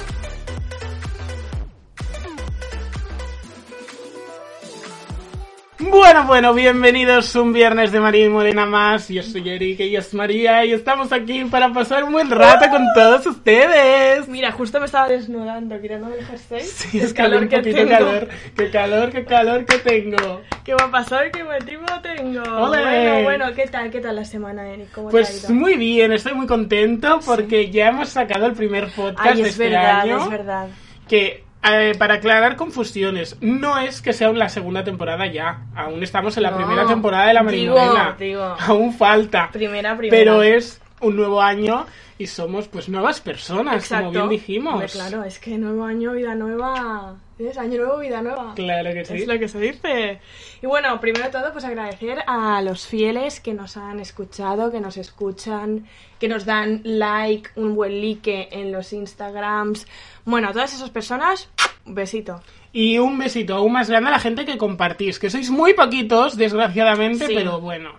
Bueno, bueno, bienvenidos un viernes de María y Morena más. Yo soy Eric, ella es María y estamos aquí para pasar un buen rato con todos ustedes. Mira, justo me estaba desnudando, quitándome el jersey. Sí, es calor, un poquito calor. Qué calor, qué calor que tengo. ¿Qué va a pasar? ¿Qué buen tiempo tengo? Ole. Bueno, bueno, ¿qué tal? ¿Qué tal la semana, Eric? ¿Cómo te Pues ha ido? muy bien, estoy muy contento porque ya hemos sacado el primer podcast Ay, de es este verdad, año. es verdad. que eh, para aclarar confusiones, no es que sea la segunda temporada ya, aún estamos en la No, primera temporada de la digo, Marimorena, digo. aún falta, Primera, primera. pero es un nuevo año y somos pues nuevas personas, Exacto. como bien dijimos. Hombre, claro, es que nuevo año, vida nueva. ¿Ves? Año nuevo, vida nueva. Claro que sí. Es lo que se dice. Y bueno, primero de todo, pues agradecer a los fieles que nos han escuchado, que nos escuchan, que nos dan like, un buen like en los Instagrams. Bueno, a todas esas personas, un besito. Y un besito aún más grande a la gente que compartís, que sois muy poquitos, desgraciadamente, Sí. pero bueno.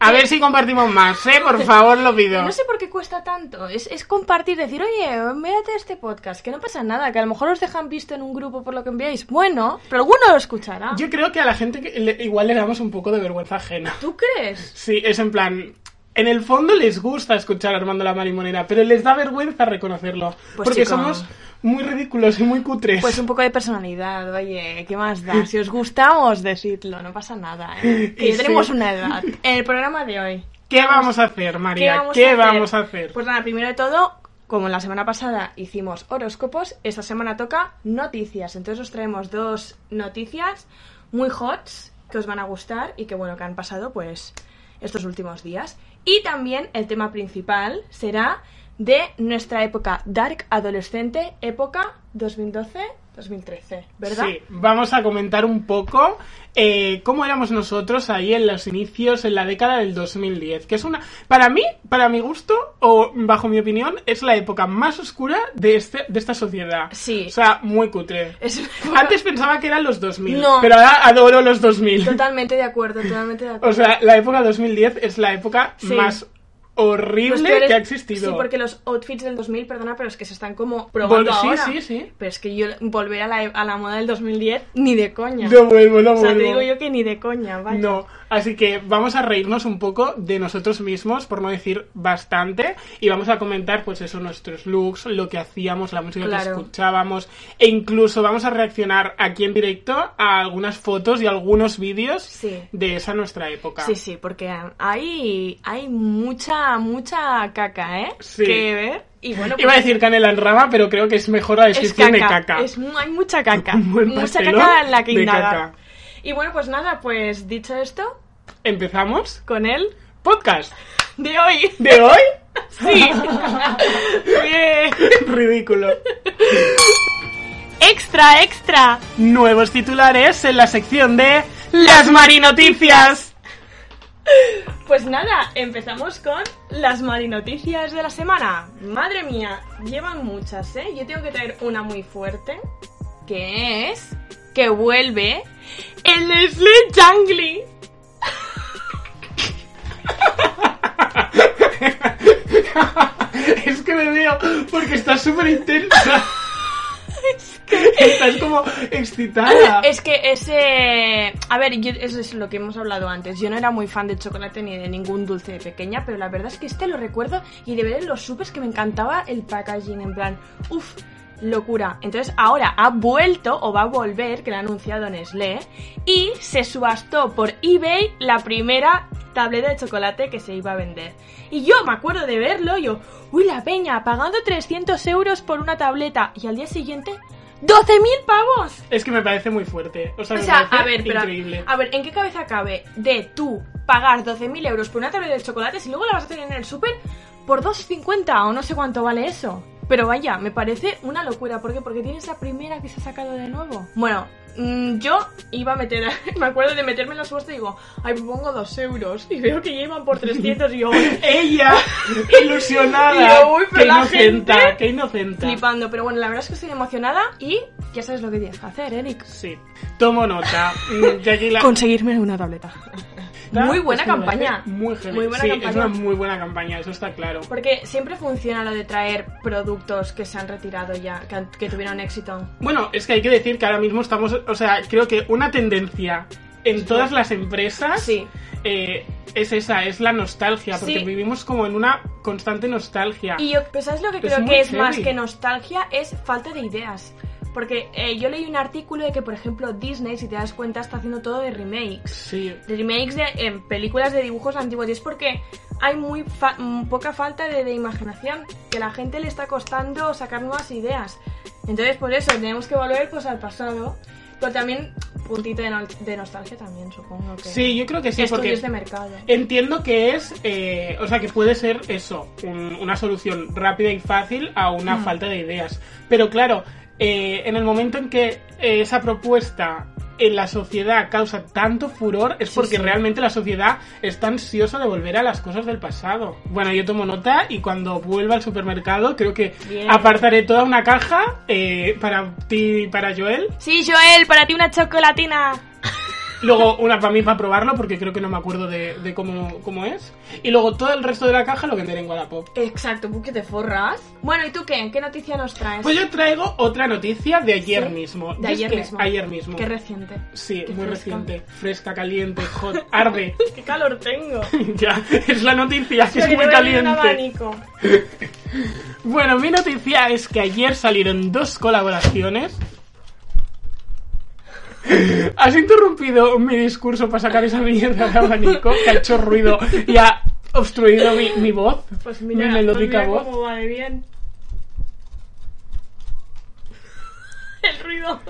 A ver si compartimos más, ¿eh? Por favor, lo Y pido. No sé por qué cuesta tanto. Es, es compartir, decir, oye, mírate este podcast, que no pasa nada, que a lo mejor os dejan visto en un grupo por lo que enviáis. Bueno, pero alguno lo escuchará. Yo creo que a la gente que le- igual le damos un poco de vergüenza ajena. ¿Tú crees? Sí, es en plan. En el fondo les gusta escuchar a Armando la Marimonera, pero les da vergüenza reconocerlo. Pues porque chico. somos muy ridículos y muy cutres. Pues un poco de personalidad, oye, ¿qué más da? Si os gustamos, decidlo, no pasa nada, ¿eh? Que Y ya tenemos sí. una edad. En el programa de hoy, ¿Qué vamos a hacer, ¿qué María? vamos, a, hacer? Pues nada, primero de todo, como la semana pasada hicimos horóscopos, esta semana toca noticias. Entonces os traemos dos noticias muy hots que os van a gustar y que, bueno, que han pasado, pues, estos últimos días. Y también el tema principal será de nuestra época dark adolescente, época 2012-2013, ¿verdad? Sí, vamos a comentar un poco eh, cómo éramos nosotros ahí en los inicios, en la década del 2010, que es una, para mí, para mi gusto, o bajo mi opinión, es la época más oscura de, este, de esta sociedad. Sí. O sea, muy cutre. Es- Antes pensaba que eran los 2000, No. pero ahora adoro los 2000. Totalmente de acuerdo, totalmente de acuerdo. O sea, la época 2010 es la época Sí. más Los horrible peores- que ha existido. Sí, porque los outfits del 2000, perdona, pero es que se están como Vol- probando sí, ahora. sí, sí. Pero es que yo volver a la, a la moda del 2010, ni de coña. No vuelvo, no o sea, te vuelvo. digo yo que ni de coña, vaya. No, así que vamos a reírnos un poco de nosotros mismos, por no decir bastante, y vamos a comentar, pues eso, nuestros looks, lo que hacíamos, la música que Claro. escuchábamos, e incluso vamos a reaccionar aquí en directo a algunas fotos y algunos vídeos Sí. de esa nuestra época. Sí, sí, porque hay, hay mucha, mucha caca, ¿eh? Sí. Que ver. Y bueno, pues, Iba a decir canela en rama, pero creo que es mejor la es descripción caca. de caca. Es mu- hay mucha caca. Un buen mucha pastelón caca en la que de indagar. caca. Y bueno, pues nada, pues dicho esto, Empezamos. con él Podcast de hoy. de hoy. Sí. Bien. Ridículo. ¡Extra, extra! Nuevos titulares en la sección de Las Marinoticias. Pues nada, empezamos con las marinoticias de la semana. Madre mía, llevan muchas, ¿eh? Yo tengo que traer una muy fuerte, que es que vuelve el Nestlé Jangly. Es que me veo porque estás súper intensa. Estás como excitada. Es que ese... A ver, yo- eso es lo que hemos hablado antes. Yo no era muy fan de chocolate ni de ningún dulce de pequeña, pero la verdad es que este lo recuerdo y de ver en los supers que me encantaba el packaging, en plan, uff, locura. Entonces ahora ha vuelto o va a volver, que lo ha anunciado Nestlé, y se subastó por eBay la primera tableta de chocolate que se iba a vender. Y yo me acuerdo de verlo, yo, uy, la peña, pagando 300 euros por una tableta y al día siguiente... ¡12.000 pavos! Es que me parece muy fuerte. O sea, O me sea, parece a ver, pero, increíble. a ver, ¿en qué cabeza cabe de tú pagar 12.000 euros por una tableta de chocolates y luego la vas a tener en el súper por 2.50 o no sé cuánto vale eso? Pero vaya, me parece una locura. ¿Por qué? Porque tienes la primera que se ha sacado de nuevo. Bueno, mm, yo iba a meter, me acuerdo de meterme en la subasta y digo, ay, pongo 2 euros y veo que llevan por 300 y yo, Ella, ilusionada. Yo, uy, pero qué la inocenta, gente- qué inocenta. flipando. Pero bueno, la verdad es que estoy emocionada y ya sabes lo que tienes que hacer, Eric. Sí. Tomo nota. Mm, ya que la- Conseguirme una tableta. Ta- Muy buena es que me campaña. parece Muy, heavy. Muy buena sí, campaña. Es una muy buena campaña, eso está claro. Porque siempre funciona lo de traer productos que se han retirado ya, que, han- que tuvieron éxito. Bueno, es que hay que decir que ahora mismo estamos, o sea, creo que una tendencia en todas las empresas Sí. eh, es esa, es la nostalgia, porque Sí. vivimos como en una constante nostalgia. Y yo, pero ¿sabes lo que Es creo muy que es heavy. más que nostalgia? Es falta de ideas. Porque eh, yo leí un artículo de que, por ejemplo, Disney, si te das cuenta, está haciendo todo de remakes. Sí, De remakes de en películas de dibujos antiguos. Y es porque hay muy fa- mm, poca falta de, de imaginación. Que la gente le está costando sacar nuevas ideas. Entonces, por eso, tenemos que volver pues, al pasado. Pero también, puntito de, no- de nostalgia también, supongo que... sí, yo creo que sí, porque estudios de mercado. entiendo que es, eh, o sea, que puede ser eso, un- una solución rápida y fácil a una Mm. falta de ideas. Pero claro, eh, en el momento en que eh, esa propuesta en la sociedad causa tanto furor es porque sí. realmente la sociedad está ansiosa de volver a las cosas del pasado. Bueno, yo tomo nota y cuando vuelva al supermercado creo que Bien. apartaré toda una caja eh, para ti y para Joel, Sí, Joel, para ti una chocolatina. Luego una para mí para probarlo porque creo que no me acuerdo de, de cómo, cómo es. Y luego todo el resto de la caja lo venderé en Wallapop. Exacto, ¿por qué te forras? Bueno, ¿y tú qué? ¿Qué noticia nos traes? Pues yo traigo otra noticia de ayer Sí, mismo. de Y es ayer que mismo. Ayer mismo. Qué reciente. sí, qué muy fresca. reciente. Fresca, caliente, hot, arde. Qué calor tengo. ya, es la noticia, que Creo es que muy te voy a abrir un caliente. abanico. Bueno, mi noticia es que ayer salieron dos colaboraciones. Has interrumpido mi discurso para sacar esa mierda de abanico que ha hecho ruido y ha obstruido mi, mi voz, Pues mira, mi melódica pues mira voz. cómo va de bien. El ruido.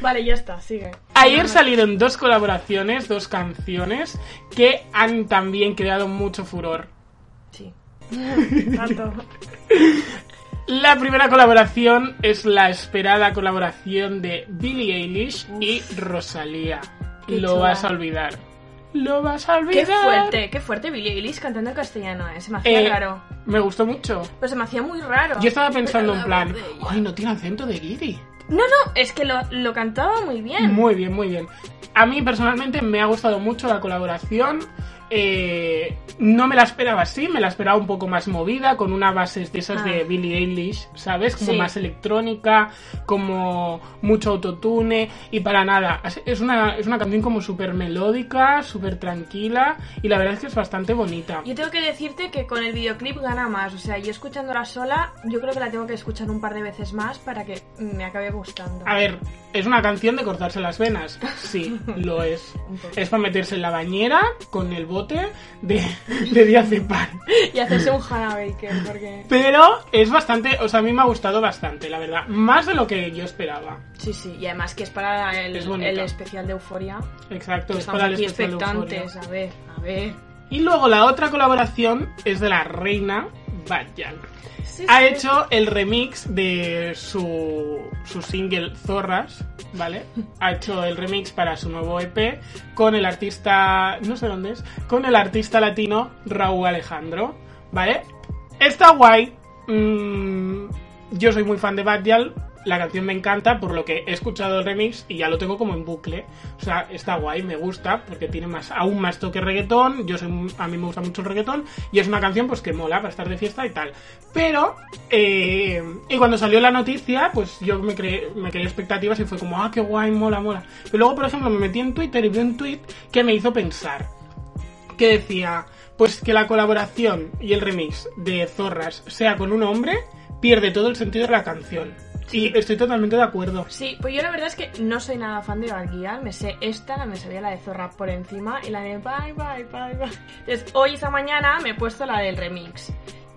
Vale, ya está, sigue. Ayer salieron dos colaboraciones, dos canciones que han también creado mucho furor. Sí. Tanto. La primera colaboración es la esperada colaboración de Billie Eilish y Rosalía. Qué Lo chula. vas a olvidar. Lo vas a olvidar. Qué fuerte, qué fuerte Billie Eilish cantando en castellano, ¿eh? Se me hacía Eh, raro. Me gustó mucho. Pero se me hacía muy raro. Yo estaba pensando en plan, ay, no tiene acento de guiri. No, no, es que lo, lo cantaba muy bien. Muy bien, muy bien. A mí personalmente me ha gustado mucho la colaboración. Eh, no me la esperaba así, me la esperaba un poco más movida, con una base de esas Ah. de Billie Eilish, ¿sabes? Como Sí. más electrónica, como mucho autotune y para nada. Es una, es una canción como súper melódica, súper tranquila y la verdad es que es bastante bonita. Yo tengo que decirte que con el videoclip gana más. O sea, yo escuchándola sola, yo creo que la tengo que escuchar un par de veces más para que me acabe gustando. A ver, es una canción de cortarse las venas. Sí, lo es. Es para meterse en la bañera con el bote de, de diazepam. Y hacerse un Hannah Baker, porque. Pero es bastante, o sea, a mí me ha gustado bastante, la verdad. Más de lo que yo esperaba. Sí, sí. Y además que es para el, Es bonita. el especial de Euforia. Exacto, es Que estamos para el aquí especial de Euforia. expectantes. A ver, a ver. Y luego la otra colaboración es de la reina Bajang ha hecho el remix de su, su single Zorras, ¿vale? Ha hecho el remix para su nuevo EP con el artista, no sé dónde es, con el artista latino Raúl Alejandro, ¿vale? Está guay. mm, yo soy muy fan de Badial. La canción me encanta, por lo que he escuchado el remix y ya lo tengo como en bucle. O sea, está guay, me gusta, porque tiene más, aún más toque reggaetón. Yo soy, un- a mí me gusta mucho el reggaetón y es una canción pues que mola para estar de fiesta y tal. Pero, eh, y cuando salió la noticia, pues yo me creé, me creé expectativas y fue como, ah, qué guay, mola, mola. Pero luego, por ejemplo, me metí en Twitter y vi un tweet que me hizo pensar que decía, pues que la colaboración y el remix de Zorras sea con un hombre, pierde todo el sentido de la canción. Y estoy totalmente de acuerdo. Sí, pues yo la verdad es que no soy nada fan de Valguía. Me sé esta, la me sabía la de Zorra por encima y la de bye, bye, bye, bye. Entonces, hoy esa mañana me he puesto la del remix.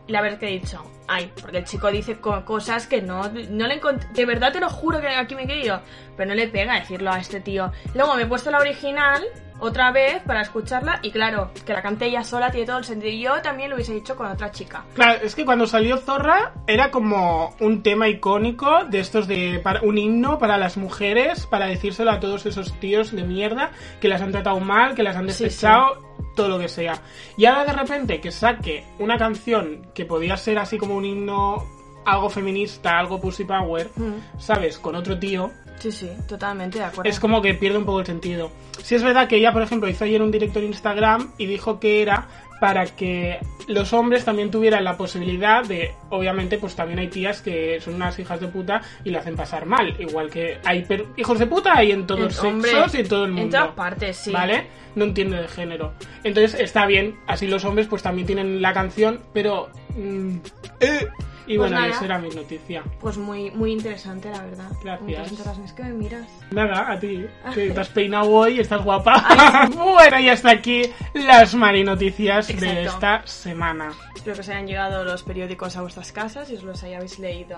Y la verdad que he dicho, ay, porque el chico dice co- cosas que no, no le encontré. De verdad te lo juro que aquí me he querido. Pero no le pega decirlo a este tío. Luego me he puesto la original otra vez para escucharla. Y claro, que la cante ella sola tiene todo el sentido. Y Yo también lo hubiese dicho con otra chica. Claro, es que cuando salió Zorra era como un tema icónico de estos de para- un himno para las mujeres, para decírselo a todos esos tíos de mierda que las han tratado mal, que las han Sí, desechado, todo lo que sea. Y ahora de repente que saque una canción que podía ser así como un himno algo feminista, algo pussy power, Mm, ¿sabes? Con otro tío, Sí, sí, totalmente de acuerdo. es como que pierde un poco el sentido. Si es verdad que ella, por ejemplo, hizo ayer un directo en Instagram y dijo que era para que los hombres también tuvieran la posibilidad de, obviamente, pues también hay tías que son unas hijas de puta y la hacen pasar mal, igual que hay per- hijos de puta hay en todos los Eh, hombre, sexos y en todo el mundo. En todas partes, sí. ¿Vale? No entiende de género. Entonces está bien, así los hombres pues también tienen la canción, pero... mm, eh. y Pues bueno, nada. esa era mi noticia. Pues muy, muy interesante, la verdad. Gracias. Muy interesante, Rasmus, Es que me miras. Nada, a ti. Ah. Que te has peinado hoy y estás guapa. bueno, y hasta aquí las marinoticias de Exacto. esta semana. Espero que os hayan llegado los periódicos a vuestras casas y os los hayáis leído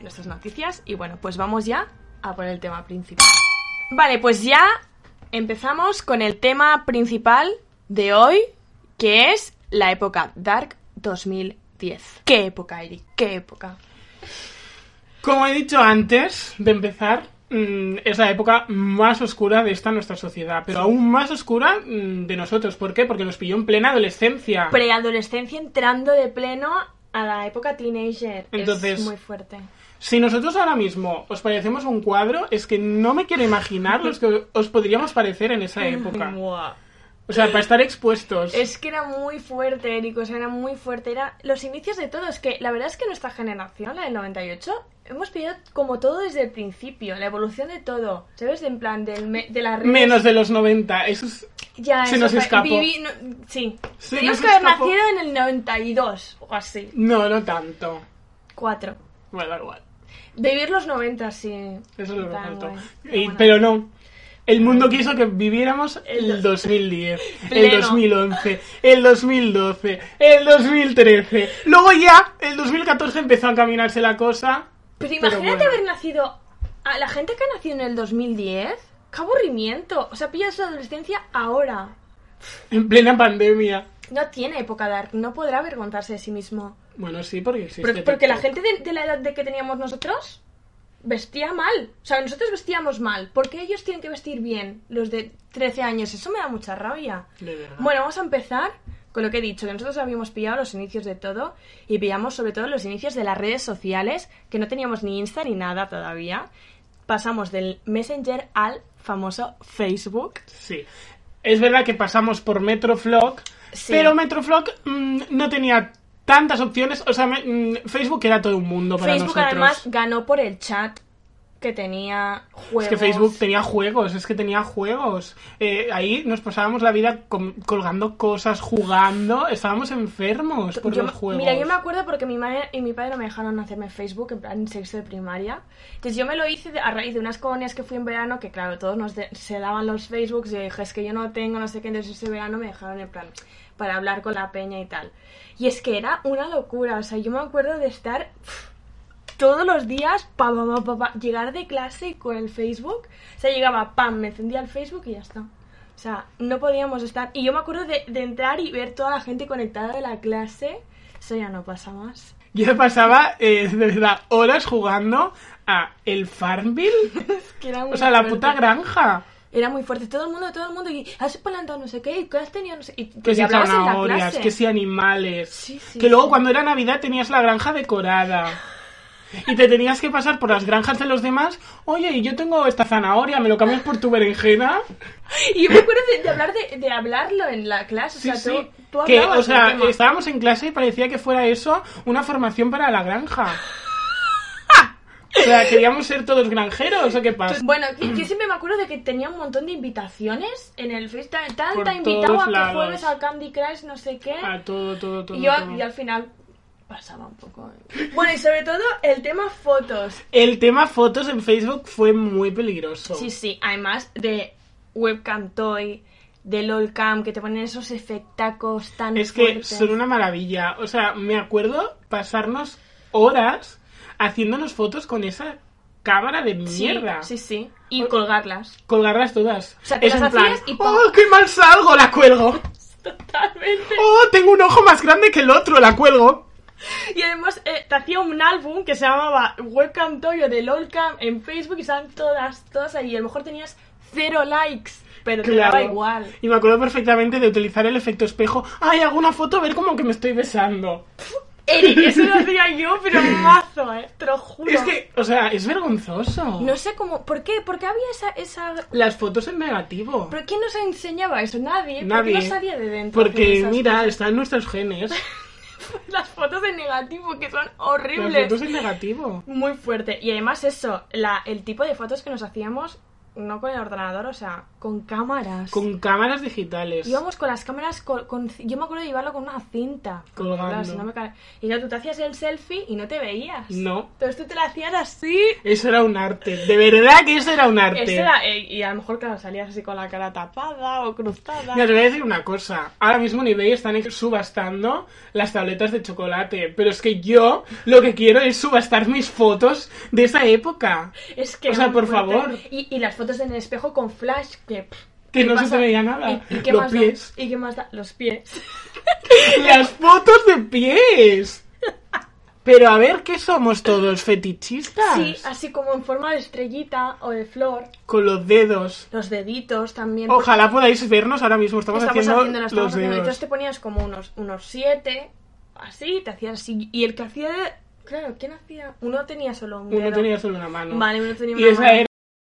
nuestras noticias. Y bueno, pues vamos ya a por el tema principal. Vale, pues ya empezamos con el tema principal de hoy, que es la época Dark 2010. ¿Qué época, Eric? ¿Qué época? Como he dicho antes de empezar, mm, es la época más oscura de esta nuestra sociedad, pero aún más oscura mm, de nosotros. ¿Por qué? Porque nos pilló en plena adolescencia. Preadolescencia entrando de pleno a la época teenager. Entonces- es muy fuerte. Si nosotros ahora mismo os parecemos un cuadro, es que no me quiero imaginar los que os podríamos parecer en esa época. O sea, para estar expuestos. Es que era muy fuerte, Eric, o sea, era muy fuerte. Era los inicios de todo. Es que la verdad es que nuestra generación, la del 98, hemos pedido como todo desde el principio, la evolución de todo. ¿Sabes? En plan, del me- de las redes. Menos de los 90. Eso es... Ya, se eso nos fue- escapó. viví- no- sí. Se Teníamos nos que haber escapó. nacido en el 92 o así. No, no tanto. Cuatro. Bueno, da igual. Vivir los 90, sí. Eso es lo que Tan faltó. guay. Y- Bueno. Pero no. El mundo quiso que viviéramos el El 2010, el Pleno. 2011, el 2012, el 2013. Luego ya, el 2014 empezó a caminarse la cosa. Pero Pero Pues imagínate bueno. haber nacido. A la gente que ha nacido en el 2010. ¡Qué aburrimiento! O sea, pillas su adolescencia ahora. En plena pandemia. No tiene época dark, no podrá avergonzarse de sí mismo. Bueno, sí, porque existe. Por- porque la TikTok. gente de, de la edad de que teníamos nosotros vestía mal. O sea, nosotros vestíamos mal. Porque ellos tienen que vestir bien, los de 13 años. Eso me da mucha rabia. De verdad. Bueno, vamos a empezar con lo que he dicho, que nosotros habíamos pillado los inicios de todo y pillamos sobre todo los inicios de las redes sociales, que no teníamos ni Insta ni nada todavía. Pasamos del Messenger al famoso Facebook. Sí. Es verdad que pasamos por Metroflog, Sí. pero Metroflog mm, no tenía tantas opciones. O sea, me- mm, Facebook era todo un mundo para Facebook nosotros. además ganó por el chat que tenía juegos. Es que Facebook tenía juegos, es que tenía juegos. Eh, ahí nos pasábamos la vida com- colgando cosas, jugando, estábamos enfermos por Yo los me- juegos. Mira, yo me acuerdo porque mi madre y mi padre no me dejaron hacerme Facebook en plan en sexto de primaria. Entonces yo me lo hice de- a raíz de unas colonias que fui en verano, que claro, todos nos de- se daban los Facebooks y yo dije, es que yo no tengo, no sé qué, entonces ese verano me dejaron en plan para hablar con la peña y tal. Y es que era una locura, o sea, yo me acuerdo de estar todos los días, pa, pa, pa, pa, pa, llegar de clase con el Facebook. O sea, llegaba, pam, me encendía el Facebook y ya está. O sea, no podíamos estar. Y yo me acuerdo de, de entrar y ver toda la gente conectada de la clase. O Eso ya no pasa más. Yo pasaba, eh, de verdad, horas jugando a el Farmville. Es que era muy O sea, la fuerte. puta granja. Era muy fuerte. Todo el mundo, todo el mundo. Y has plantado no sé qué. Y que has tenido no sé. Y Que y si hablabas en la zanahorias, clase. que si animales. Sí, sí, que luego sí. cuando era Navidad tenías la granja decorada. Y te tenías que pasar por las granjas de los demás. Oye, y yo tengo esta zanahoria, ¿me lo cambias por tu berenjena? Y yo me acuerdo de, de hablar de, de hablarlo en la clase. O Sí, sea, sí. tú, tú que, hablabas o sea, del tema. estábamos en clase y parecía que fuera eso una formación para la granja. o sea, queríamos ser todos granjeros, ¿o qué pasa? Bueno, y- yo siempre me acuerdo de que tenía un montón de invitaciones en el FaceTime. Por Tanta todos invitado a que lados. juegues al Candy Crush, no sé qué. A Ah, todo, todo, todo. y, yo, todo. y al final pasaba un poco. ¿eh? Bueno, y sobre todo el tema fotos. El tema fotos en Facebook fue muy peligroso. Sí, sí, además de webcam toy, de lolcam, que te ponen esos efectacos tan Es que fuertes. son una maravilla. O sea, me acuerdo pasarnos horas haciéndonos fotos con esa cámara de Sí, mierda. Sí, sí, y colgarlas. Colgarlas todas. O sea, te es las en plan, hacías y pum. ¡Oh, qué mal salgo! La cuelgo. Totalmente. ¡Oh, tengo un ojo más grande que el otro! La cuelgo. Y además eh, te hacía un álbum que se llamaba Webcam Toy o de LOLcam en Facebook y estaban todas, todas ahí. A lo mejor tenías cero likes, pero te daba igual. Y me acuerdo perfectamente de utilizar el efecto espejo. ¡Ay, hago una foto a ver cómo que me estoy besando! Eric, eso lo hacía yo, pero mazo, eh, te lo juro. Es que, o sea, es vergonzoso. No sé cómo, ¿por qué? ¿Por qué había esa, esa... Las fotos en negativo. ¿Por qué nos enseñaba eso? Nadie, Nadie. porque no salía de dentro. hacer Porque, esas- mira, están nuestros genes. Las fotos de negativo que son Las horribles. fotos en negativo. Muy fuerte. Y además eso, la, el tipo de fotos que nos hacíamos, no con el ordenador, o sea, con cámaras. Con cámaras digitales. Íbamos con las cámaras, con, con- yo me acuerdo de llevarlo con una cinta. Colgando. Claro, si no me ca- y claro, tú te hacías el selfie y no te veías. No. Entonces tú te la hacías así. Eso era un arte. De verdad que eso era un arte. Eso era- eh, y a lo mejor, claro, salías así con la cara tapada o cruzada. Mira, os voy a decir una cosa. Ahora mismo en eBay están subastando las tabletas de chocolate. Pero es que yo lo que quiero es subastar mis fotos de esa época. Es que. O sea, era muy por favor. Y, y las fotos en el espejo con flash que. pff, Que ¿qué no se pasa? te veía nada. ¿Y, y qué Los más da? pies. ¿Y qué más da? Los pies. Las fotos de pies. Pero a ver, ¿qué somos todos? ¿Fetichistas? Sí, así como en forma de estrellita o de flor. Con los dedos. Los deditos también. porque Ojalá podáis vernos ahora mismo. Estamos, haciendo, las los estamos haciendo. dedos. Entonces te ponías como unos, unos siete, así, te hacías así. Y el que hacía de- Claro, ¿quién hacía? Uno tenía solo un Uno dedo. tenía solo una mano. Vale, uno tenía Y una esa mano. era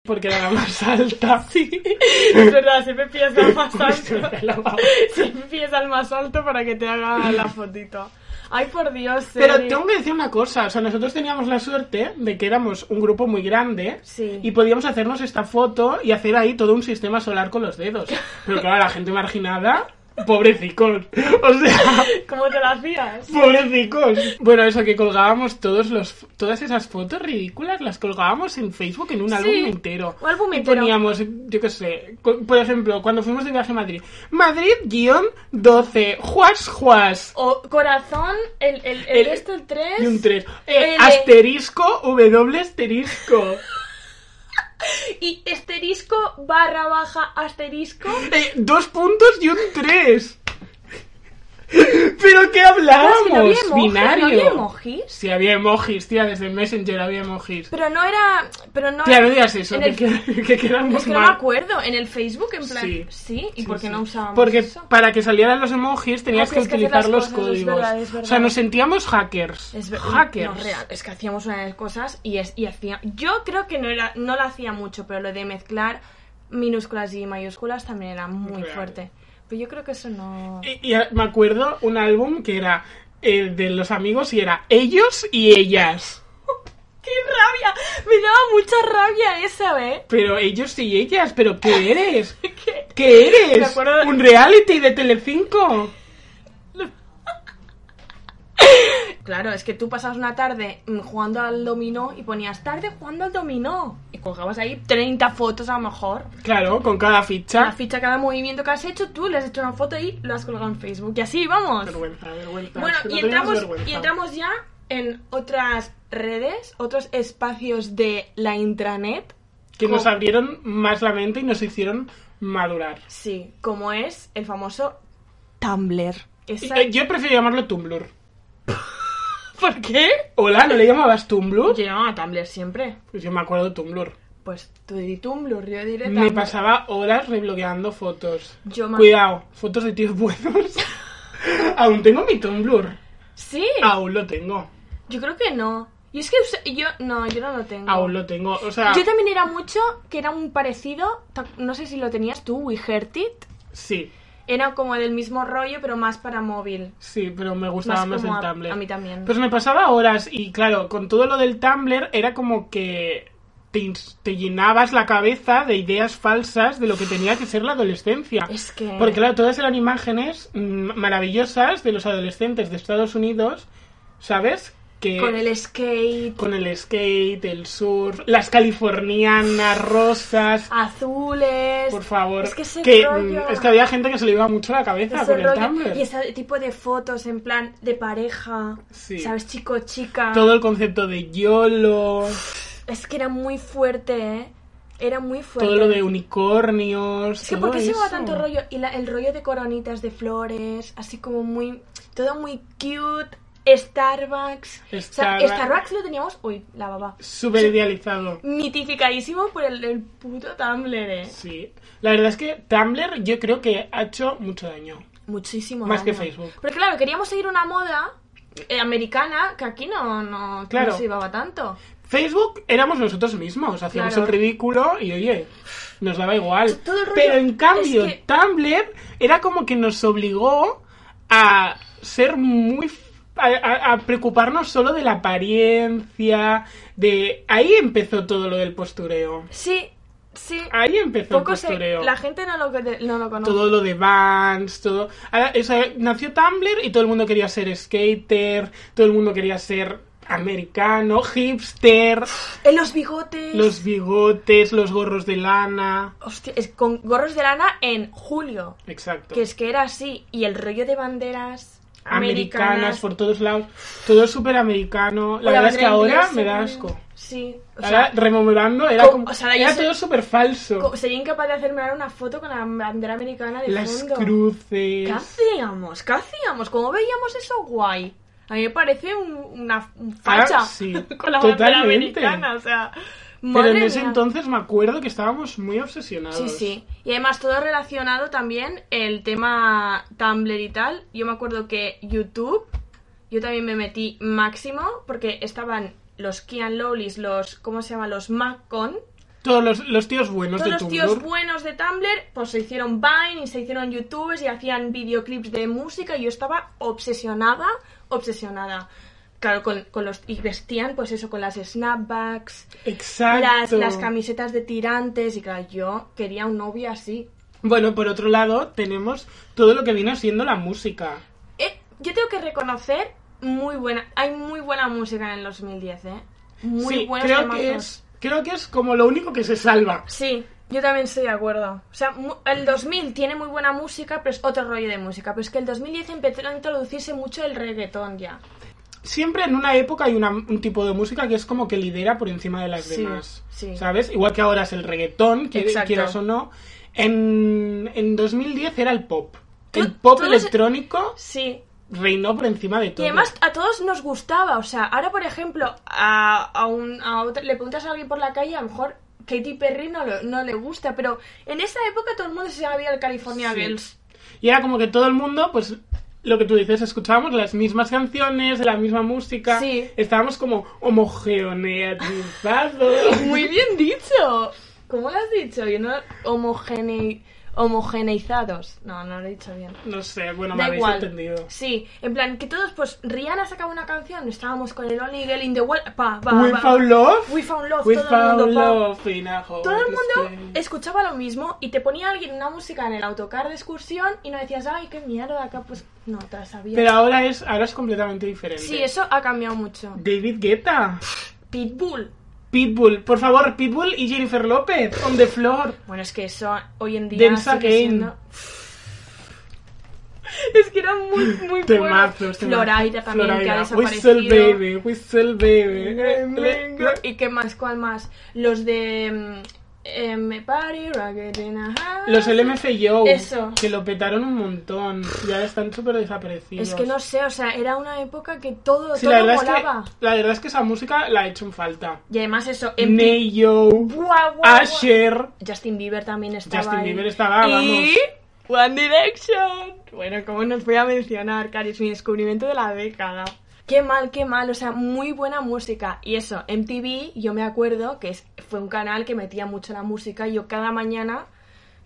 porque era la más alta. Sí. Es verdad, siempre pillas al más alto. Pero siempre pillas al más alto para que te haga la fotito. Ay, por Dios, Eric. tengo que decir una cosa, o sea, nosotros teníamos la suerte de que éramos un grupo muy grande Sí. y podíamos hacernos esta foto y hacer ahí todo un sistema solar con los dedos. Pero claro, la gente marginada, pobrecicos. O sea, ¿Cómo te la hacías? pobrecicos. Bueno, eso que colgábamos todos los todas esas fotos ridículas las colgábamos en Facebook en un Sí, álbum entero. un álbum Y entero. poníamos, yo qué sé, co- por ejemplo, cuando fuimos de viaje a Madrid, Madrid guión 12, juas juas. O corazón, el, el, el, El- este, el 3. Y un 3. L. asterisco, W asterisco. Y asterisco, barra baja, asterisco. Eh, dos puntos y un 3. ¿Pero qué hablábamos? Claro, es que no había emojis, Binario. ¿no había emojis? Sí, había emojis, tía, desde Messenger había emojis. Pero no era. Pero no Tía, no digas eso, en que, el- qued- que quedamos Es que no mal. me acuerdo, en el Facebook, en plan, Sí. sí, ¿y por qué Sí, no sí. usábamos Porque eso? para que salieran los emojis tenías Ah, que tienes que utilizar hacer las los cosas, es códigos. verdad, es O sea, verdad. nos sentíamos hackers. Es ver- hackers. no, real, es que hacíamos una de las cosas y, es, y hacía... Yo creo que no, era, no lo hacía mucho, pero lo de mezclar minúsculas y mayúsculas también era muy Real. fuerte. Pero yo creo que eso no... Y, y me acuerdo un álbum que era eh, de los amigos y era ellos y ellas. ¡Qué rabia! Me daba mucha rabia esa, ¿eh? Pero ellos y ellas, pero ¿qué eres? ¿Qué? ¿Qué eres? Me acuerdo- ¿Un reality de Telecinco? Claro, es que tú pasabas una tarde mm, jugando al dominó y ponías tarde jugando al dominó. Y colgabas ahí 30 fotos a lo mejor. Claro, con cada ficha. La ficha, cada movimiento que has hecho, tú le has hecho una foto y lo has colgado en Facebook. Y así vamos. Vergüenza, vergüenza. Bueno, Es que no y tenemos entramos, vergüenza. y entramos ya en otras redes, otros espacios de la intranet. Que nos como- abrieron más la mente y nos hicieron madurar. Sí, como es el famoso Tumblr. Esa- Eh, Yo prefiero llamarlo Tumblr. ¿Por qué? Hola, ¿no le llamabas Tumblr? Yo llamaba Tumblr siempre. Pues yo me acuerdo de Tumblr. Pues tú di Tumblr, yo diré Tumblr. Me pasaba horas rebloqueando fotos. Yo me- Cuidado, fotos de tíos buenos. Aún tengo mi Tumblr. Sí, Aún lo tengo. yo creo que no. Y es que us- yo... No, yo no lo tengo. Aún lo tengo. O sea, Yo también era mucho, que era un parecido, ta- no sé si lo tenías tú, We Heard It. sí, Era como del mismo rollo, pero más para móvil. sí, pero me gustaba más, Más como a- el Tumblr. a mí también. Pues me pasaba horas y claro, con todo lo del Tumblr era como que te, ins- te llenabas la cabeza de ideas falsas de lo que tenía que ser la adolescencia. Es que- Porque claro, todas eran imágenes mm, maravillosas de los adolescentes de Estados Unidos, ¿sabes? Que... Con el skate, con el skate, el surf, las californianas rosas. azules... Por favor, Ah, Es que ese mm, rollo... es que había gente que se le iba mucho la cabeza ese con el rollo Tumblr. y ese tipo de fotos en plan de pareja, Sí. ¿sabes? Chico, chica. Todo el concepto de YOLO, Es que era muy fuerte, ¿eh? Era muy fuerte. todo lo de unicornios. Es que todo ¿por qué se llevaba eso? tanto rollo? Y la- el rollo de coronitas de flores, así como muy... Todo muy cute. Starbucks. O sea, Starbucks. Starbucks lo teníamos... Uy, la baba. Súper idealizado. Mitificadísimo por el, el puto Tumblr, ¿eh? Sí. La verdad es que Tumblr yo creo que ha hecho mucho daño. Muchísimo Más daño. que Facebook. Pero claro, queríamos seguir una moda eh, americana que aquí no, no, no Claro. se llevaba tanto. Facebook éramos nosotros mismos, hacíamos Claro. el ridículo y oye, nos daba igual. Todo el rollo Pero en cambio, es que- Tumblr era como que nos obligó a ser muy. f- A, a- a preocuparnos solo de la apariencia, de. Ahí empezó todo lo del postureo. Sí, sí. Ahí empezó Poco Ah, el se... postureo. La gente no lo, que- no lo conoce. Todo lo de Vans, todo. Ahora, o sea, nació Tumblr y todo el mundo quería ser skater, todo el mundo quería ser americano, hipster. Eh, los bigotes. Los bigotes, los gorros de lana. Hostia, es con gorros de lana en julio. Exacto. Que es que era así. Y el rollo de banderas Americanas, americanas. por todos lados. Todo es súper americano. o La verdad es que bandera ahora inglesa me da también. asco. Sí. O Ahora, sea, rememorando, era co- como. o sea, yo era sé- todo súper falso. co- sería incapaz de hacerme ahora una foto con la bandera americana de Las fondo. ¿Qué cruces. hacíamos? ¿Qué hacíamos? ¿Cómo veíamos eso guay? A mí me parece un, una un Ah, facha sí, con la bandera totalmente. americana, o sea... Pero madre en ese mía. entonces me acuerdo que estábamos muy obsesionados. Sí, sí. Y además todo relacionado también el tema Tumblr y tal. Yo me acuerdo que YouTube, yo también me metí máximo porque estaban los Kian Lowlys, los, ¿cómo se llama? Los Maccon. Todos los, los tíos buenos Todos de los Tumblr. tíos buenos de Tumblr, pues se hicieron Vine y se hicieron YouTubers y hacían videoclips de música y yo estaba obsesionada, obsesionada. Claro, con, con los... Y vestían, pues eso, con las snapbacks, Exacto. las, las camisetas de tirantes y claro, yo quería un novio así. Bueno, por otro lado, tenemos todo lo que viene siendo la música. Eh, yo tengo que reconocer, muy buena... Hay muy buena música en el 2010, ¿eh? Muy sí, buenos creo temazos. que, es, creo que es como lo único que se salva. Sí, yo también estoy de acuerdo. O sea, mu- el 2000 tiene muy buena música, pero es otro rollo de música. Pero es que el 2010 empezó a introducirse mucho el reggaetón ya. siempre en una época hay una- un tipo de música que es como que lidera por encima de las Sí, demás. sí. ¿Sabes? Igual que ahora es el reggaetón, que- Exacto. quieras o no. En, en 2010 era el pop. Tú- El pop todos- electrónico Sí. reinó por encima de Y todo. además a todos nos gustaba. O sea, ahora, por ejemplo, a, a un, a otra- le preguntas a alguien por la calle, a lo mejor Katy Perry no, lo- no le gusta. Pero en esa época todo el mundo se sabía el California Sí. Girls. Y era como que todo el mundo, pues lo que tú dices, escuchábamos las mismas canciones, la misma música. Sí. Estábamos como homogeneizados. Muy bien dicho. ¿Cómo lo has dicho? Yo no... Homogene... Homogeneizados. No, no lo he dicho bien. No sé, bueno, me Da habéis igual. entendido. Sí, en plan que todos, pues Rihanna sacaba una canción, estábamos con el Only Girl in the World, pa, pa, We pa. found love. We found love, We todo found el mundo, pa. love in a Todo el hopeless mundo place. escuchaba lo mismo y te ponía alguien una música en el autocar de excursión y no decías, ay, qué mierda, acá pues no te la sabía. Pero ahora es, ahora es completamente diferente. sí, eso ha cambiado mucho. David Guetta. Pitbull. Pitbull. Por favor, Pitbull y Jennifer López. On the floor. Bueno, es que eso hoy en día Dance sigue Again. siendo- Es que era muy, muy bueno. Temazos, temazos. Floraida también, que ha Floraida. desaparecido. mm, Whistle Baby. Eh, Whistle Baby. ¿Y qué más? ¿Cuál más? Los de mm, M Party, Rocket in a House. Los LMFAO, Eso. que lo petaron un montón. Ya están súper desaparecidos. Es que no sé, o sea, era una época que todo, Sí, todo la, verdad es volaba. que, la verdad es que esa música la he hecho en falta. Y además eso, en Neyo, Guau, guau, guau. Asher. Justin Bieber también estaba Justin ahí. Bieber estaba, Y One Direction. Bueno, ¿cómo nos voy a mencionar, Cari? Es mi descubrimiento de la década. Qué mal, qué mal, o sea, muy buena música. Y eso, MTV, yo me acuerdo que es- fue un canal que metía mucho la música y yo cada mañana,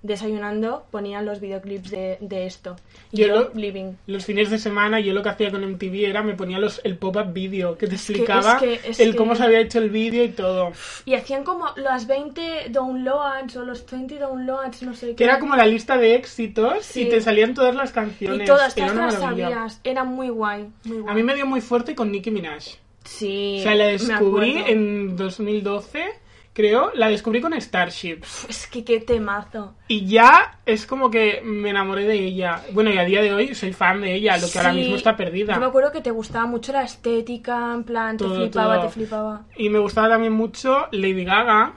desayunando, ponían los videoclips de, de esto. Y Yo yo, lo- living. Los fines de semana yo lo que hacía con MTV era me ponía los, el pop-up video que te que- explicaba es que- es el que- cómo se había hecho el vídeo y todo. Y hacían como las 20 downloads o los 20 downloads, no sé qué. Que era como la lista de éxitos Sí. y te salían todas las Y canciones. todas, Era todas una las maravilla. sabías. Era muy guay, muy guay. A mí me dio muy fuerte con Nicki Minaj. Sí. o sea, la me descubrí acuerdo. en 2012, creo. La descubrí con Starship. Es que qué temazo. Y ya es como que me enamoré de ella. Bueno, y a día de hoy soy fan de ella, lo que ahora Sí. mismo está perdida. Yo me acuerdo que te gustaba mucho la estética, en plan, te Todo, flipaba, todo. te flipaba. Y me gustaba también mucho Lady Gaga.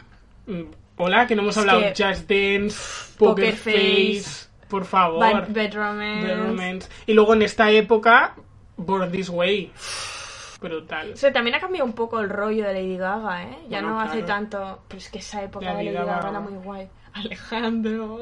Mm, Hola, que no hemos Es hablado. que- Just Dance, Poker, Poker Face, Face, por favor. Bad, Bad Romance. Bad Romance. Y luego en esta época, Born This Way. Brutal. O sea, también ha cambiado un poco el rollo de Lady Gaga, ¿eh? Ya Bueno, no hace claro. tanto. Pero es que esa época Lady de Lady Gaga. Gaga era muy guay. Alejandro.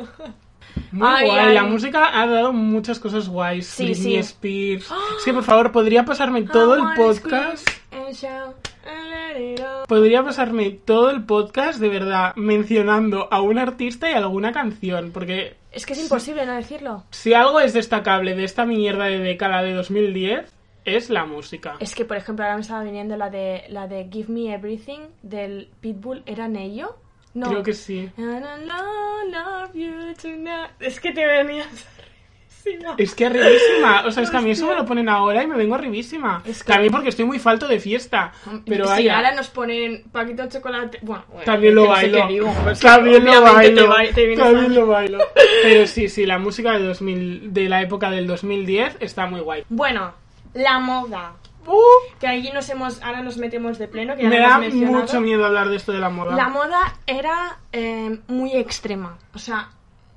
Muy Ay, guay, ay. la música ha dado muchas cosas guays. Sí, Britney sí. Spears. Es que por favor, podría pasarme todo I el wanna podcast. scream and shout and let it all. Podría pasarme todo el podcast de verdad mencionando a un artista y alguna canción, porque Es que es imposible no decirlo. si algo es destacable de esta mierda de década de 2010 es la música. Es que, por ejemplo, ahora me estaba viniendo la de la de Give Me Everything del Pitbull. ¿Era Neyo? No. Creo que sí. And I lo- love you tonight. Es que te venías arribísima. Es que arribísima, o sea, es que a mí eso me lo ponen ahora y me vengo arribísima. Es que- También porque estoy muy falto de fiesta, pero si vaya. ahora nos ponen paquito de chocolate. Bueno, bueno, También lo no sé bailo. qué digo. pues, También lo Obviamente bailo. te ba- te vienes También a- lo bailo. Pero sí, sí, la música de 2000, de la época del 2010 está muy guay. Bueno, la moda. Uh, Que allí nos hemos. Ahora nos metemos de pleno. Que ya me lo da hemos mencionado. mucho miedo hablar de esto de la moda. La moda era eh, muy extrema. O sea,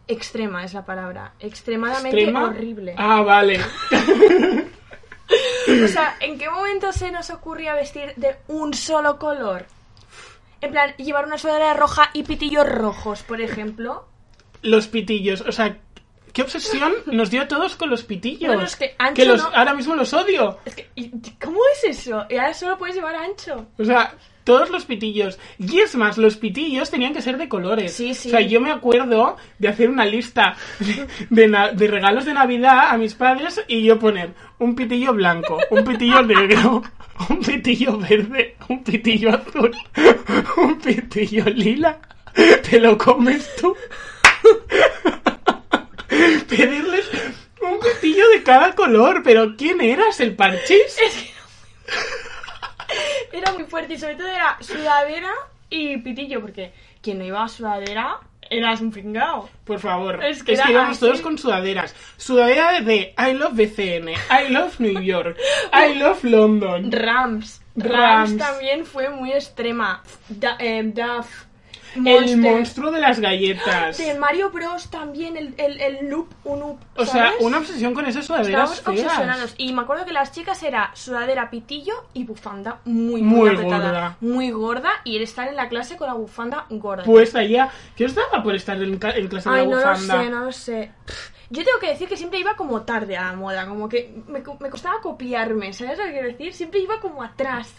extrema es la palabra. Extremadamente ¿Extrema? horrible. Ah, vale. O sea, ¿en qué momento se nos ocurría vestir de un solo color? En plan, llevar una sudadera roja y pitillos rojos, por ejemplo. Los pitillos, o sea, qué obsesión nos dio a todos con los pitillos. Bueno, es que ancho, los, ¿no? ahora mismo los odio. Es que, y- y- ¿cómo es eso? Y ahora solo puedes llevar ancho. O sea, todos los pitillos. Y es más, los pitillos tenían que ser de colores. Sí, sí. O sea, yo me acuerdo de hacer una lista de, de na- de regalos de Navidad a mis padres y yo poner un pitillo blanco, un pitillo negro, un pitillo verde, un pitillo azul, un pitillo lila. Te lo comes tú. Pedirles un pitillo de cada color. Pero ¿quién eras? ¿El parchís? Era muy fuerte y sobre todo era sudadera y pitillo, porque quien no iba a sudadera eras un pringao. Por favor, es Es que, que era íbamos así. todos con sudaderas. Sudadera de I love BCN, I love New York, I love London. Rams. Rams. Rams. también fue muy extrema. Da- eh, Duff. El Monster. monstruo de las galletas. De Mario Bros. también, el, el, el loop, un loop. O sea, ¿sabes? una obsesión con esas sudaderas Estábamos feas. obsesionados. Y me acuerdo que las chicas era sudadera pitillo y bufanda muy, Muy muy, apretada, gorda. Muy gorda. Y el estar en la clase con la bufanda gorda. Pues allá, ¿qué os daba por estar en, ca- en clase de Ay, la no lo bufanda? sé, no lo sé. Pff, Yo tengo que decir que siempre iba como tarde a la moda. Como que me, co- me costaba copiarme. ¿Sabes lo que quiero decir? Siempre iba como atrás.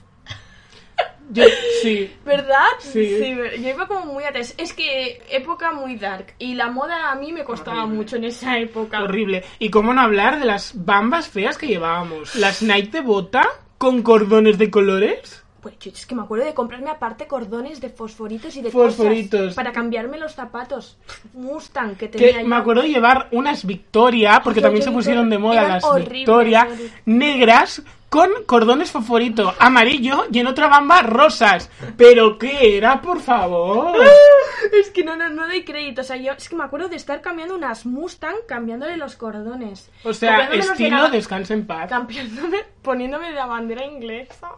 Yo, sí. ¿Verdad? Sí. yo iba como muy atrás. Es que época muy dark. Y la moda a mí me costaba Horrible. mucho en esa época. Horrible. Y cómo no hablar de las bambas feas que llevábamos. Las Nike de bota con cordones de colores. Pues yo es que me acuerdo de comprarme aparte cordones de fosforitos y de Fosforitos. cosas para cambiarme los zapatos. Mustang que tenía Que yo. me acuerdo de llevar unas Victoria, porque Ay, también yo se Victoria, pusieron de moda eran las horribles, Victoria, horribles. negras con cordones fosforito, amarillo y en otra bamba rosas. ¿Pero qué era, por favor? Es que no, no, no doy crédito. O sea, yo es que me acuerdo de estar cambiando unas Mustang, cambiándoole los cordones. O sea, Cambiándome los de estilo gama- descansa en paz. Cambiándome, poniéndome la bandera inglesa.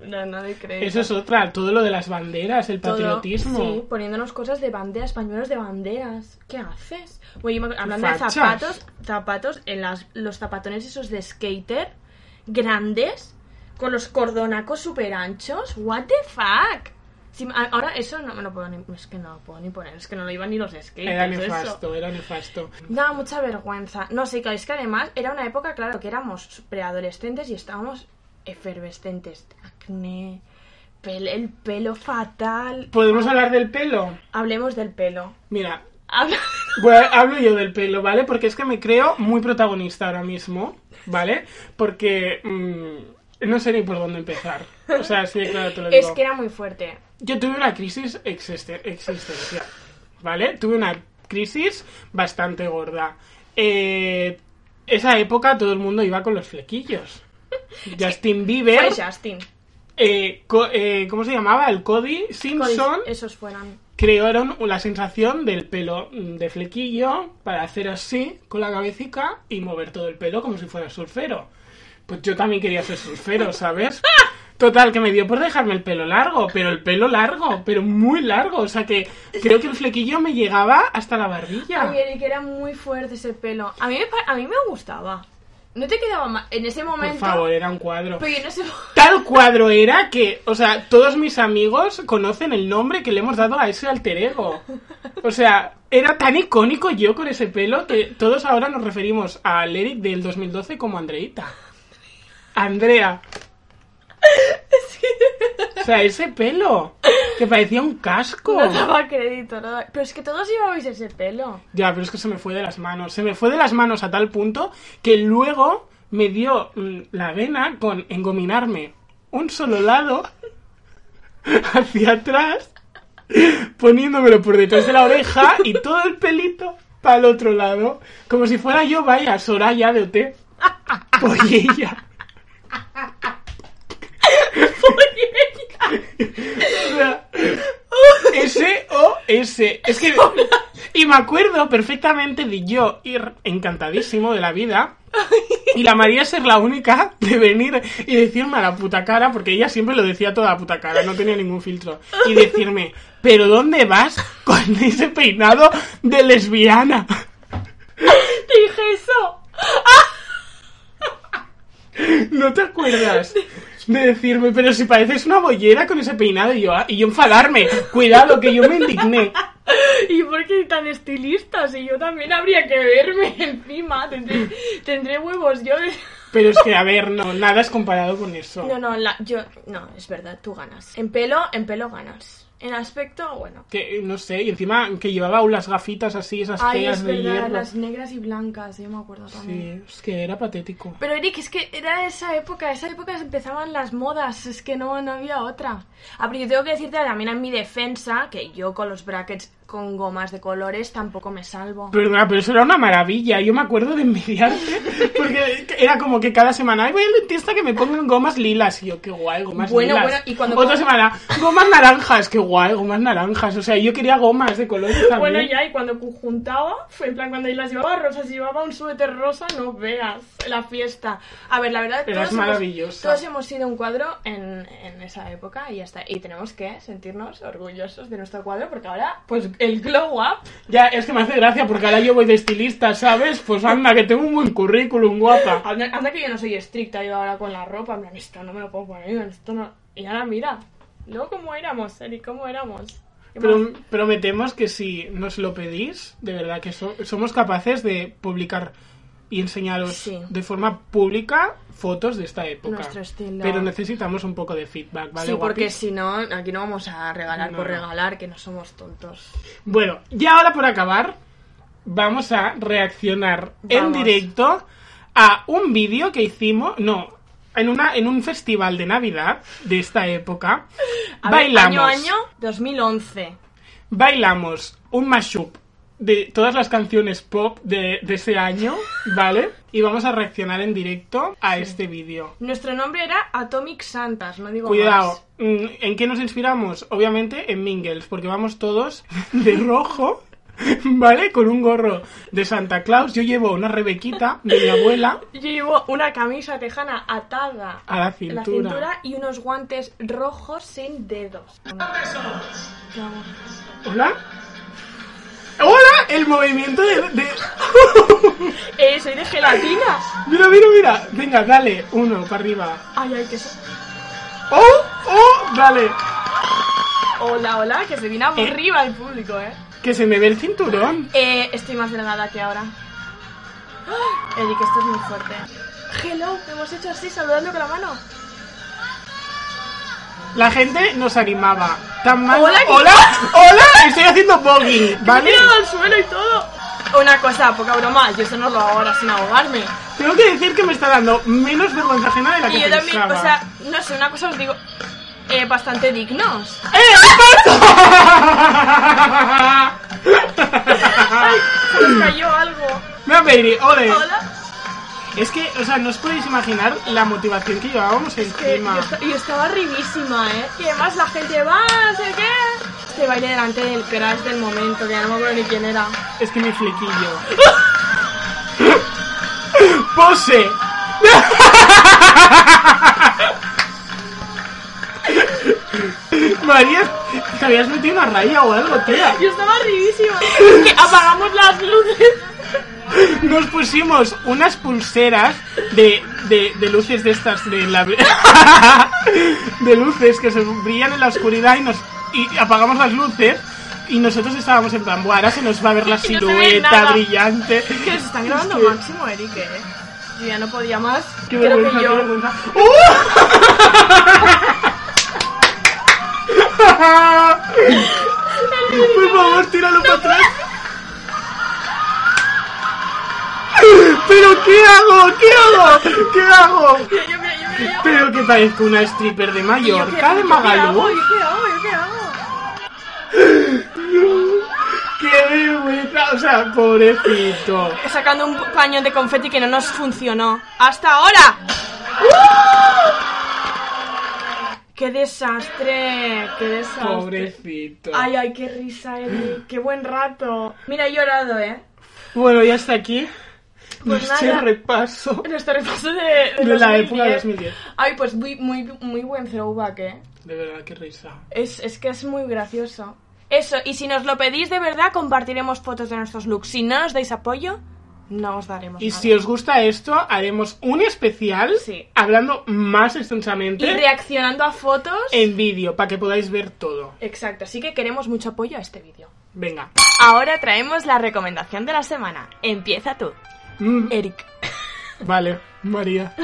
No, no le creo. Eso es otra, todo lo de las banderas, el Todo, patriotismo. Sí, poniéndonos cosas de banderas, pañuelos de banderas. ¿Qué haces? Oye, yo me acuerdo- hablando de Fachas. zapatos, zapatos, en las, los zapatones esos de skater, grandes, con los cordonacos súper anchos. ¿What the fuck? Sí, a- ahora eso no, no puedo ni, es que no lo puedo ni poner, es que no lo iban ni los skaters. Era pues, eso. nefasto, era nefasto. Daba mucha vergüenza. No sé, es que además era una época, claro, que éramos preadolescentes y estábamos efervescentes. Acné, pel- el pelo fatal. ¿Podemos hablar del pelo? Hablemos del pelo. Mira, Habla... Bueno, hablo yo del pelo, ¿vale? Porque es que me creo muy protagonista ahora mismo, ¿vale? Porque mm, no sé ni por dónde empezar. O sea, así de claro te lo digo. Es que era muy fuerte. Yo tuve una crisis existe- existencial, ¿vale? Tuve una crisis bastante gorda. Eh, esa época todo el mundo iba con los flequillos. Justin Bieber, Fue Justin. eh, co- eh, ¿cómo se llamaba? El Cody Cody- Simpson Esos fueron. crearon la sensación del pelo mm, de flequillo para hacer así con la cabecita y mover todo el pelo como si fuera surfero. Pues yo también quería ser surfero, ¿sabes? Total, que me dio por dejarme el pelo largo, pero el pelo largo, pero muy largo. O sea que creo que el flequillo me llegaba hasta la barbilla. Ay, Eric, era muy fuerte ese pelo. A mí me, pa- a mí me gustaba. No te quedaba mal. En ese Por momento. favor, era un cuadro. Pero yo no sé. Tal cuadro era que, o sea, todos mis amigos conocen el nombre que le hemos dado a ese alter ego. O sea, era tan icónico yo con ese pelo que todos ahora nos referimos al Eric del 2012 como Andreita. Andrea. O sea, ese pelo que parecía un casco. No daba crédito. no daba- Pero es que todos llevabais ese pelo. Ya, pero es que se me fue de las manos. Se me fue de las manos a tal punto que luego me dio mm, la vena con engominarme un solo lado hacia atrás, poniéndomelo por detrás de la oreja y todo el pelito para el otro lado, como si fuera yo, vaya, Soraya de OT. Pollilla. O sea, S-O-S. Es que. Y me acuerdo perfectamente de yo ir encantadísimo de la vida. Y la María ser la única de venir y decirme a la puta cara, porque ella siempre lo decía toda la puta cara, no tenía ningún filtro. Y decirme, ¿pero dónde vas con ese peinado de lesbiana? Te dije eso. ¿No te acuerdas? De decirme, pero si pareces una bollera con ese peinado y yo, ah, y yo enfadarme. Cuidado, que yo me indigné. ¿Y por qué tan estilistas? Y yo también habría que verme encima. Tendré, tendré huevos. Yo. Pero es que, a ver, no, nada es comparado con eso. No, no, la- yo. No, es verdad, tú ganas. En pelo, en pelo ganas. En aspecto, bueno. Que, no sé, y encima que llevaba unas gafitas así, esas Ay, feas es de verdad, hierro. las negras y blancas, yo me acuerdo también. Sí, es que era patético. Pero Eric, es que era esa época, esa época empezaban las modas, es que no, no había otra. Ah, pero yo tengo que decirte también en mi defensa que yo con los brackets con gomas de colores tampoco me salvo. Perdona, pero eso era una maravilla. Yo me acuerdo de envidiarte. Porque era como que cada semana, ay, voy al dentista que me pongan gomas lilas. Y yo, qué guay, gomas Bueno, lilas. bueno, y cuando- Otra semana, gomas naranjas, qué guay, gomas naranjas. O sea, yo quería gomas de colores también. Bueno, ya, y cuando conjuntaba, fue en plan cuando yo las llevaba rosas, llevaba un suéter rosa, no veas la fiesta. A ver, la verdad, Eras hemos, maravillosa. todos hemos sido un cuadro en, en esa época y ya está. Y tenemos que sentirnos orgullosos de nuestro cuadro porque ahora, pues el glow up Ya, es que me hace gracia porque ahora yo voy de estilista, ¿sabes? Pues anda, que tengo un buen currículum, guapa. Anda, anda que yo no soy estricta yo ahora con la ropa, en plan, esto no me lo puedo poner, esto no... Y ahora mira, luego cómo éramos, Eri, cómo éramos. ¿Qué más? Pero prometemos que si nos lo pedís, de verdad que so- somos capaces de publicar y enseñaros Sí. de forma pública fotos de esta época. Nuestro estilo. Pero necesitamos un poco de feedback, ¿vale? sí, porque guapis? si no, aquí no vamos a regalar No, por no. regalar, que no somos tontos. Bueno, y ahora por acabar, vamos a reaccionar en Vamos. directo a un vídeo que hicimos, no, en, una, en un festival de Navidad de esta época. A ver, bailamos. año año 2011. bailamos un mashup de todas las canciones pop de, de ese año, ¿vale? Y vamos a reaccionar en directo a este vídeo. Nuestro nombre era Atomic Santas, no digo Cuidado, más. mm, ¿en qué nos inspiramos? Obviamente en Mingles, porque vamos todos de rojo ¿Vale? Con un gorro de Santa Claus. Yo llevo una rebequita de mi abuela. Yo llevo una camisa tejana atada A la en cintura. cintura y unos guantes rojos sin dedos. ¿Hola? ¡Hola! El movimiento de... de- Eh, soy de gelatina. Mira, mira, mira. Venga, dale. Uno, para arriba. Ay, ay, que se... ¡Oh! ¡Oh! Dale. Hola, hola, que se viene arriba el público, eh. Que se me ve el cinturón. Eh, estoy más delgada que ahora. ¡Ah! Eric, esto es muy fuerte. Hello, hemos hecho así, saludando con la mano. La gente nos animaba. Tan mal. Hola, ¿qué hola, hola. Estoy haciendo bogey, ¿vale? ¡Me he tirado al suelo y todo! Una cosa, poca broma, yo eso no lo hago ahora sin ahogarme. Tengo que decir que me está dando menos vergüenza ajena de la que Y yo también, pensaba. o sea, no sé, una cosa os digo, eh, bastante dignos. Ah, Se nos cayó algo. Mira, Peiri, ole. Hola. Es que, o sea, no os podéis imaginar la motivación que llevábamos Que encima. yo, esta- yo estaba arribísima, ¿eh? Y además la gente va, no sé qué. Este baile delante del crash del momento, que ya no me acuerdo ni quién era. Es que mi flequillo. ¡Pose! María, te habías metido una raya o algo, tía. Yo estaba arribísima. Es que apagamos las luces. Nos pusimos unas pulseras de, de, de luces de estas de la de luces que se brillan en la oscuridad y nos y apagamos las luces y nosotros estábamos en plan, "Buah, ahora se nos va a ver la Y no se ve silueta nada". brillante. Que se están grabando máximo, Eric, eh. Yo ya no podía más. Qué Creo vergüenza, que qué yo. vergüenza. ¡Uh! Por favor, tíralo para atrás. ¿Pero qué hago? ¿Qué hago? ¿Qué hago? Yo, yo, mira, yo, mira, yo. Pero que parezco una stripper de Y yo, ¿qué- Mallorca, de yo qué hago? Magalú. ¿Yo qué hago? ¿Yo qué hago? ¡Qué vergüenza! O sea, pobrecito. Sacando un paño de confeti que no nos funcionó. ¡Hasta ahora! ¡Uh! ¡Qué desastre! ¡Qué desastre! Pobrecito. Ay, ay, qué risa, Eric. Qué buen rato. Mira, he llorado, ¿eh. Bueno, y hasta aquí Pues nuestro nada. repaso Nuestro este repaso de, de la época de 2010. Ay, pues muy, muy, muy buen throwback, ¿eh? De verdad, qué risa. Es, es que es muy gracioso. Eso, y si nos lo pedís de verdad, compartiremos fotos de nuestros looks. Si no nos dais apoyo, no os daremos Y nada. si os gusta esto, haremos un especial Sí. hablando más Y extensamente reaccionando a fotos... ¿Eh? en vídeo para que podáis ver todo. Exacto, así que queremos mucho apoyo a este vídeo. Venga. Ahora traemos la recomendación de la semana. Empieza tú, Mm, Eric. vale, María.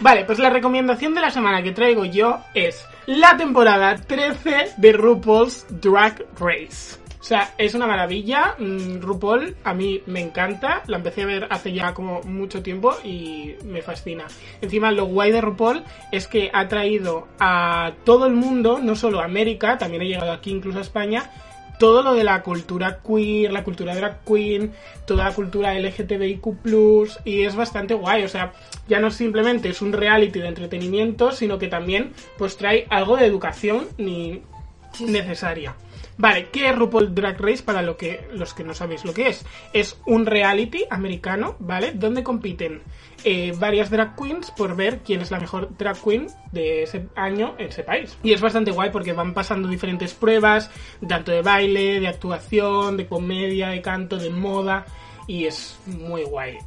Vale, pues la recomendación de la semana que traigo yo es la temporada 13 de RuPaul's Drag Race. O sea, es una maravilla. mm, RuPaul a mí me encanta. La empecé a ver hace ya como mucho tiempo y me fascina. Encima, lo guay de RuPaul es que ha traído a todo el mundo, no solo a América, también ha llegado aquí incluso a España, todo lo de la cultura queer, la cultura drag queen, toda la cultura LGTBIQ+, y es bastante guay, o sea, ya no simplemente es un reality de entretenimiento, sino que también pues trae algo de educación ni necesaria. Vale, ¿qué es RuPaul Drag Race para lo que, los que no sabéis lo que es? Es un reality americano, ¿vale? Donde compiten eh, varias drag queens por ver quién es la mejor drag queen de ese año en ese país. Y es bastante guay porque van pasando diferentes pruebas, tanto de baile, de actuación, de comedia, de canto, de moda, y es muy guay.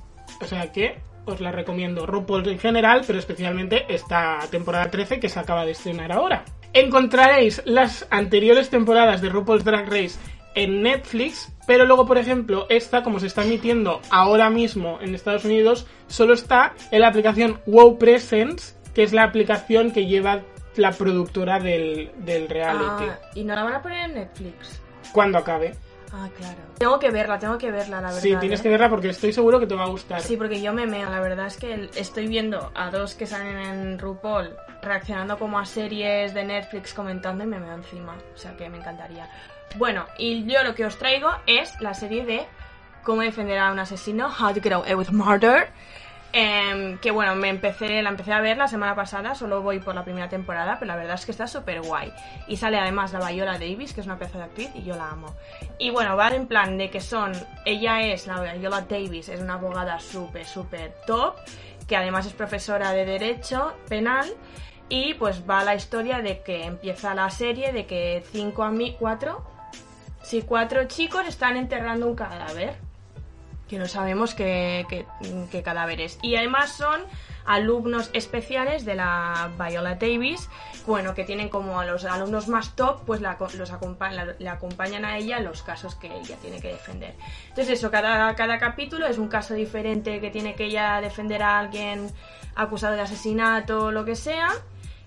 O sea que os la recomiendo RuPaul en general, pero especialmente esta temporada 13 que se acaba de estrenar ahora. Encontraréis las anteriores temporadas de RuPaul's Drag Race en Netflix, pero luego, por ejemplo, esta, como se está emitiendo ahora mismo en Estados Unidos, solo está en la aplicación Wow Presents, que es la aplicación que lleva la productora del, del reality. Ah, y no la van a poner en Netflix. Cuando acabe. Ah, claro. Tengo que verla, tengo que verla, la verdad. sí, tienes ¿eh? que verla porque estoy seguro que te va a gustar. Sí, porque yo me meo. La verdad es que el- estoy viendo a dos que salen en RuPaul reaccionando como a series de Netflix comentando y me meo encima. O sea que me encantaría. Bueno, y yo lo que os traigo es la serie de Cómo defender a un asesino, How to Get Away with Murder, Em, que bueno, me empecé, la empecé a ver la semana pasada, solo voy por la primera temporada, pero la verdad es que está súper guay. Y sale además la Viola Davis, que es una pieza de actriz, y yo la amo. Y bueno, va en plan de que son, ella es, la Viola Davis, es una abogada súper, súper top, que además es profesora de Derecho Penal. Y pues va la historia de que empieza la serie de que cinco a mí, cuatro, si cuatro chicos están enterrando un cadáver que no sabemos qué, qué- qué cadáveres. Y además son alumnos especiales de la Viola Davis, bueno, que tienen como a los alumnos más top, pues la, co- los acompa- la- le acompañan a ella en los casos que ella tiene que defender. Entonces eso, cada, cada capítulo es un caso diferente que tiene que ella defender a alguien acusado de asesinato o lo que sea.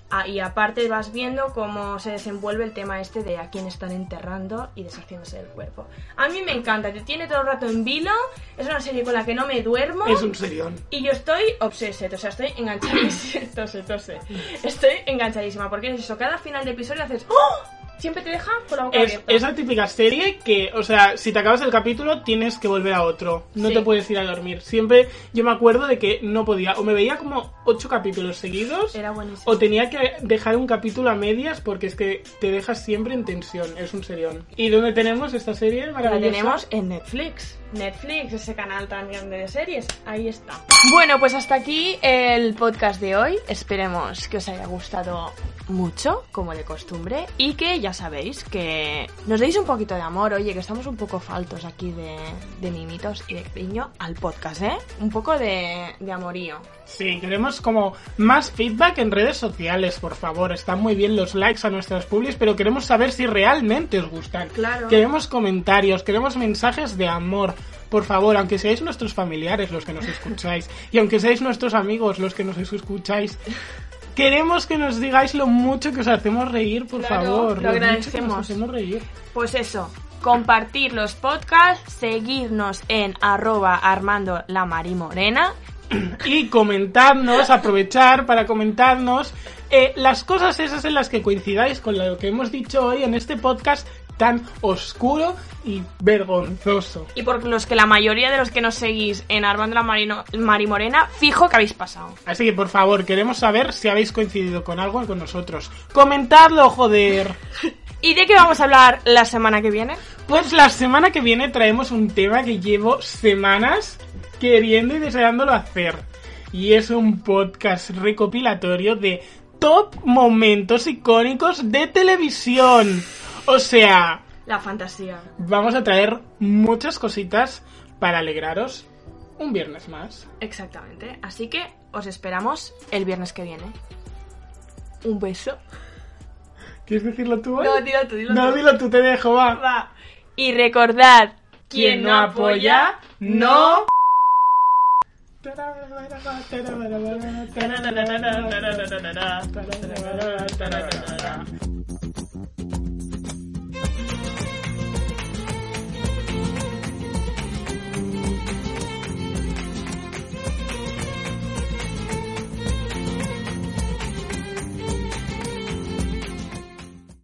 Ah, y aparte vas viendo cómo se desenvuelve el tema este de a quién están enterrando y deshaciéndose del cuerpo. A mí me encanta, te tiene todo el rato en vilo, es una serie con la que no me duermo. Es un serión. Y yo estoy obsessed, o sea, estoy enganchadísima. tose, tose. Estoy enganchadísima, porque es eso, cada final de episodio haces ¡Oh! Siempre te deja con la boca Es abierta. esa típica serie que, o sea, si te acabas el capítulo tienes que volver a otro. No Sí. te puedes ir a dormir. Siempre yo me acuerdo de que no podía. O me veía como ocho capítulos seguidos. Era buenísimo. O tenía que dejar un capítulo a medias porque es que te dejas siempre en tensión. Es un serión. ¿Y dónde tenemos esta serie La maravillosa? tenemos en Netflix. Netflix, ese canal tan grande de series. Ahí está. Bueno, pues hasta aquí el podcast de hoy. Esperemos que os haya gustado mucho, como de costumbre. Y que ya sabéis que nos deis un poquito de amor. Oye, que estamos un poco faltos aquí de, de mimitos y de cariño al podcast, ¿eh? Un poco de, de amorío. Sí, queremos como más feedback en redes sociales, por favor. Están muy bien los likes a nuestras publis, pero queremos saber si realmente os gustan. Claro. Queremos comentarios, queremos mensajes de amor. Por favor, aunque seáis nuestros familiares los que nos escucháis, y aunque seáis nuestros amigos los que nos escucháis, queremos que nos digáis lo mucho que os hacemos reír, por Claro, favor. lo mucho que nos agradecemos. hacemos reír. Pues eso, compartir los podcasts, seguirnos en arroba armando la marimorena. y comentarnos, aprovechar para comentarnos eh, las cosas esas en las que coincidáis con lo que hemos dicho hoy en este podcast tan oscuro y vergonzoso. Y por los que la mayoría de los que nos seguís en Armando la Marino, Marimorena, fijo que habéis pasado. Así que por favor, queremos saber si habéis coincidido con algo con nosotros. Comentadlo, joder. ¿Y de qué vamos a hablar la semana que viene? Pues la semana que viene traemos un tema que llevo semanas queriendo y deseándolo hacer. Y es un podcast recopilatorio de top momentos icónicos de televisión. O sea, La fantasía. vamos a traer muchas cositas para alegraros un viernes más. Exactamente. Así que os esperamos el viernes que viene. Un beso. ¿Quieres decirlo tú? hoy? No, dilo tú, dilo No, tú. dilo tú, te dejo, va. Va. Y recordad, Quien no apoya, no.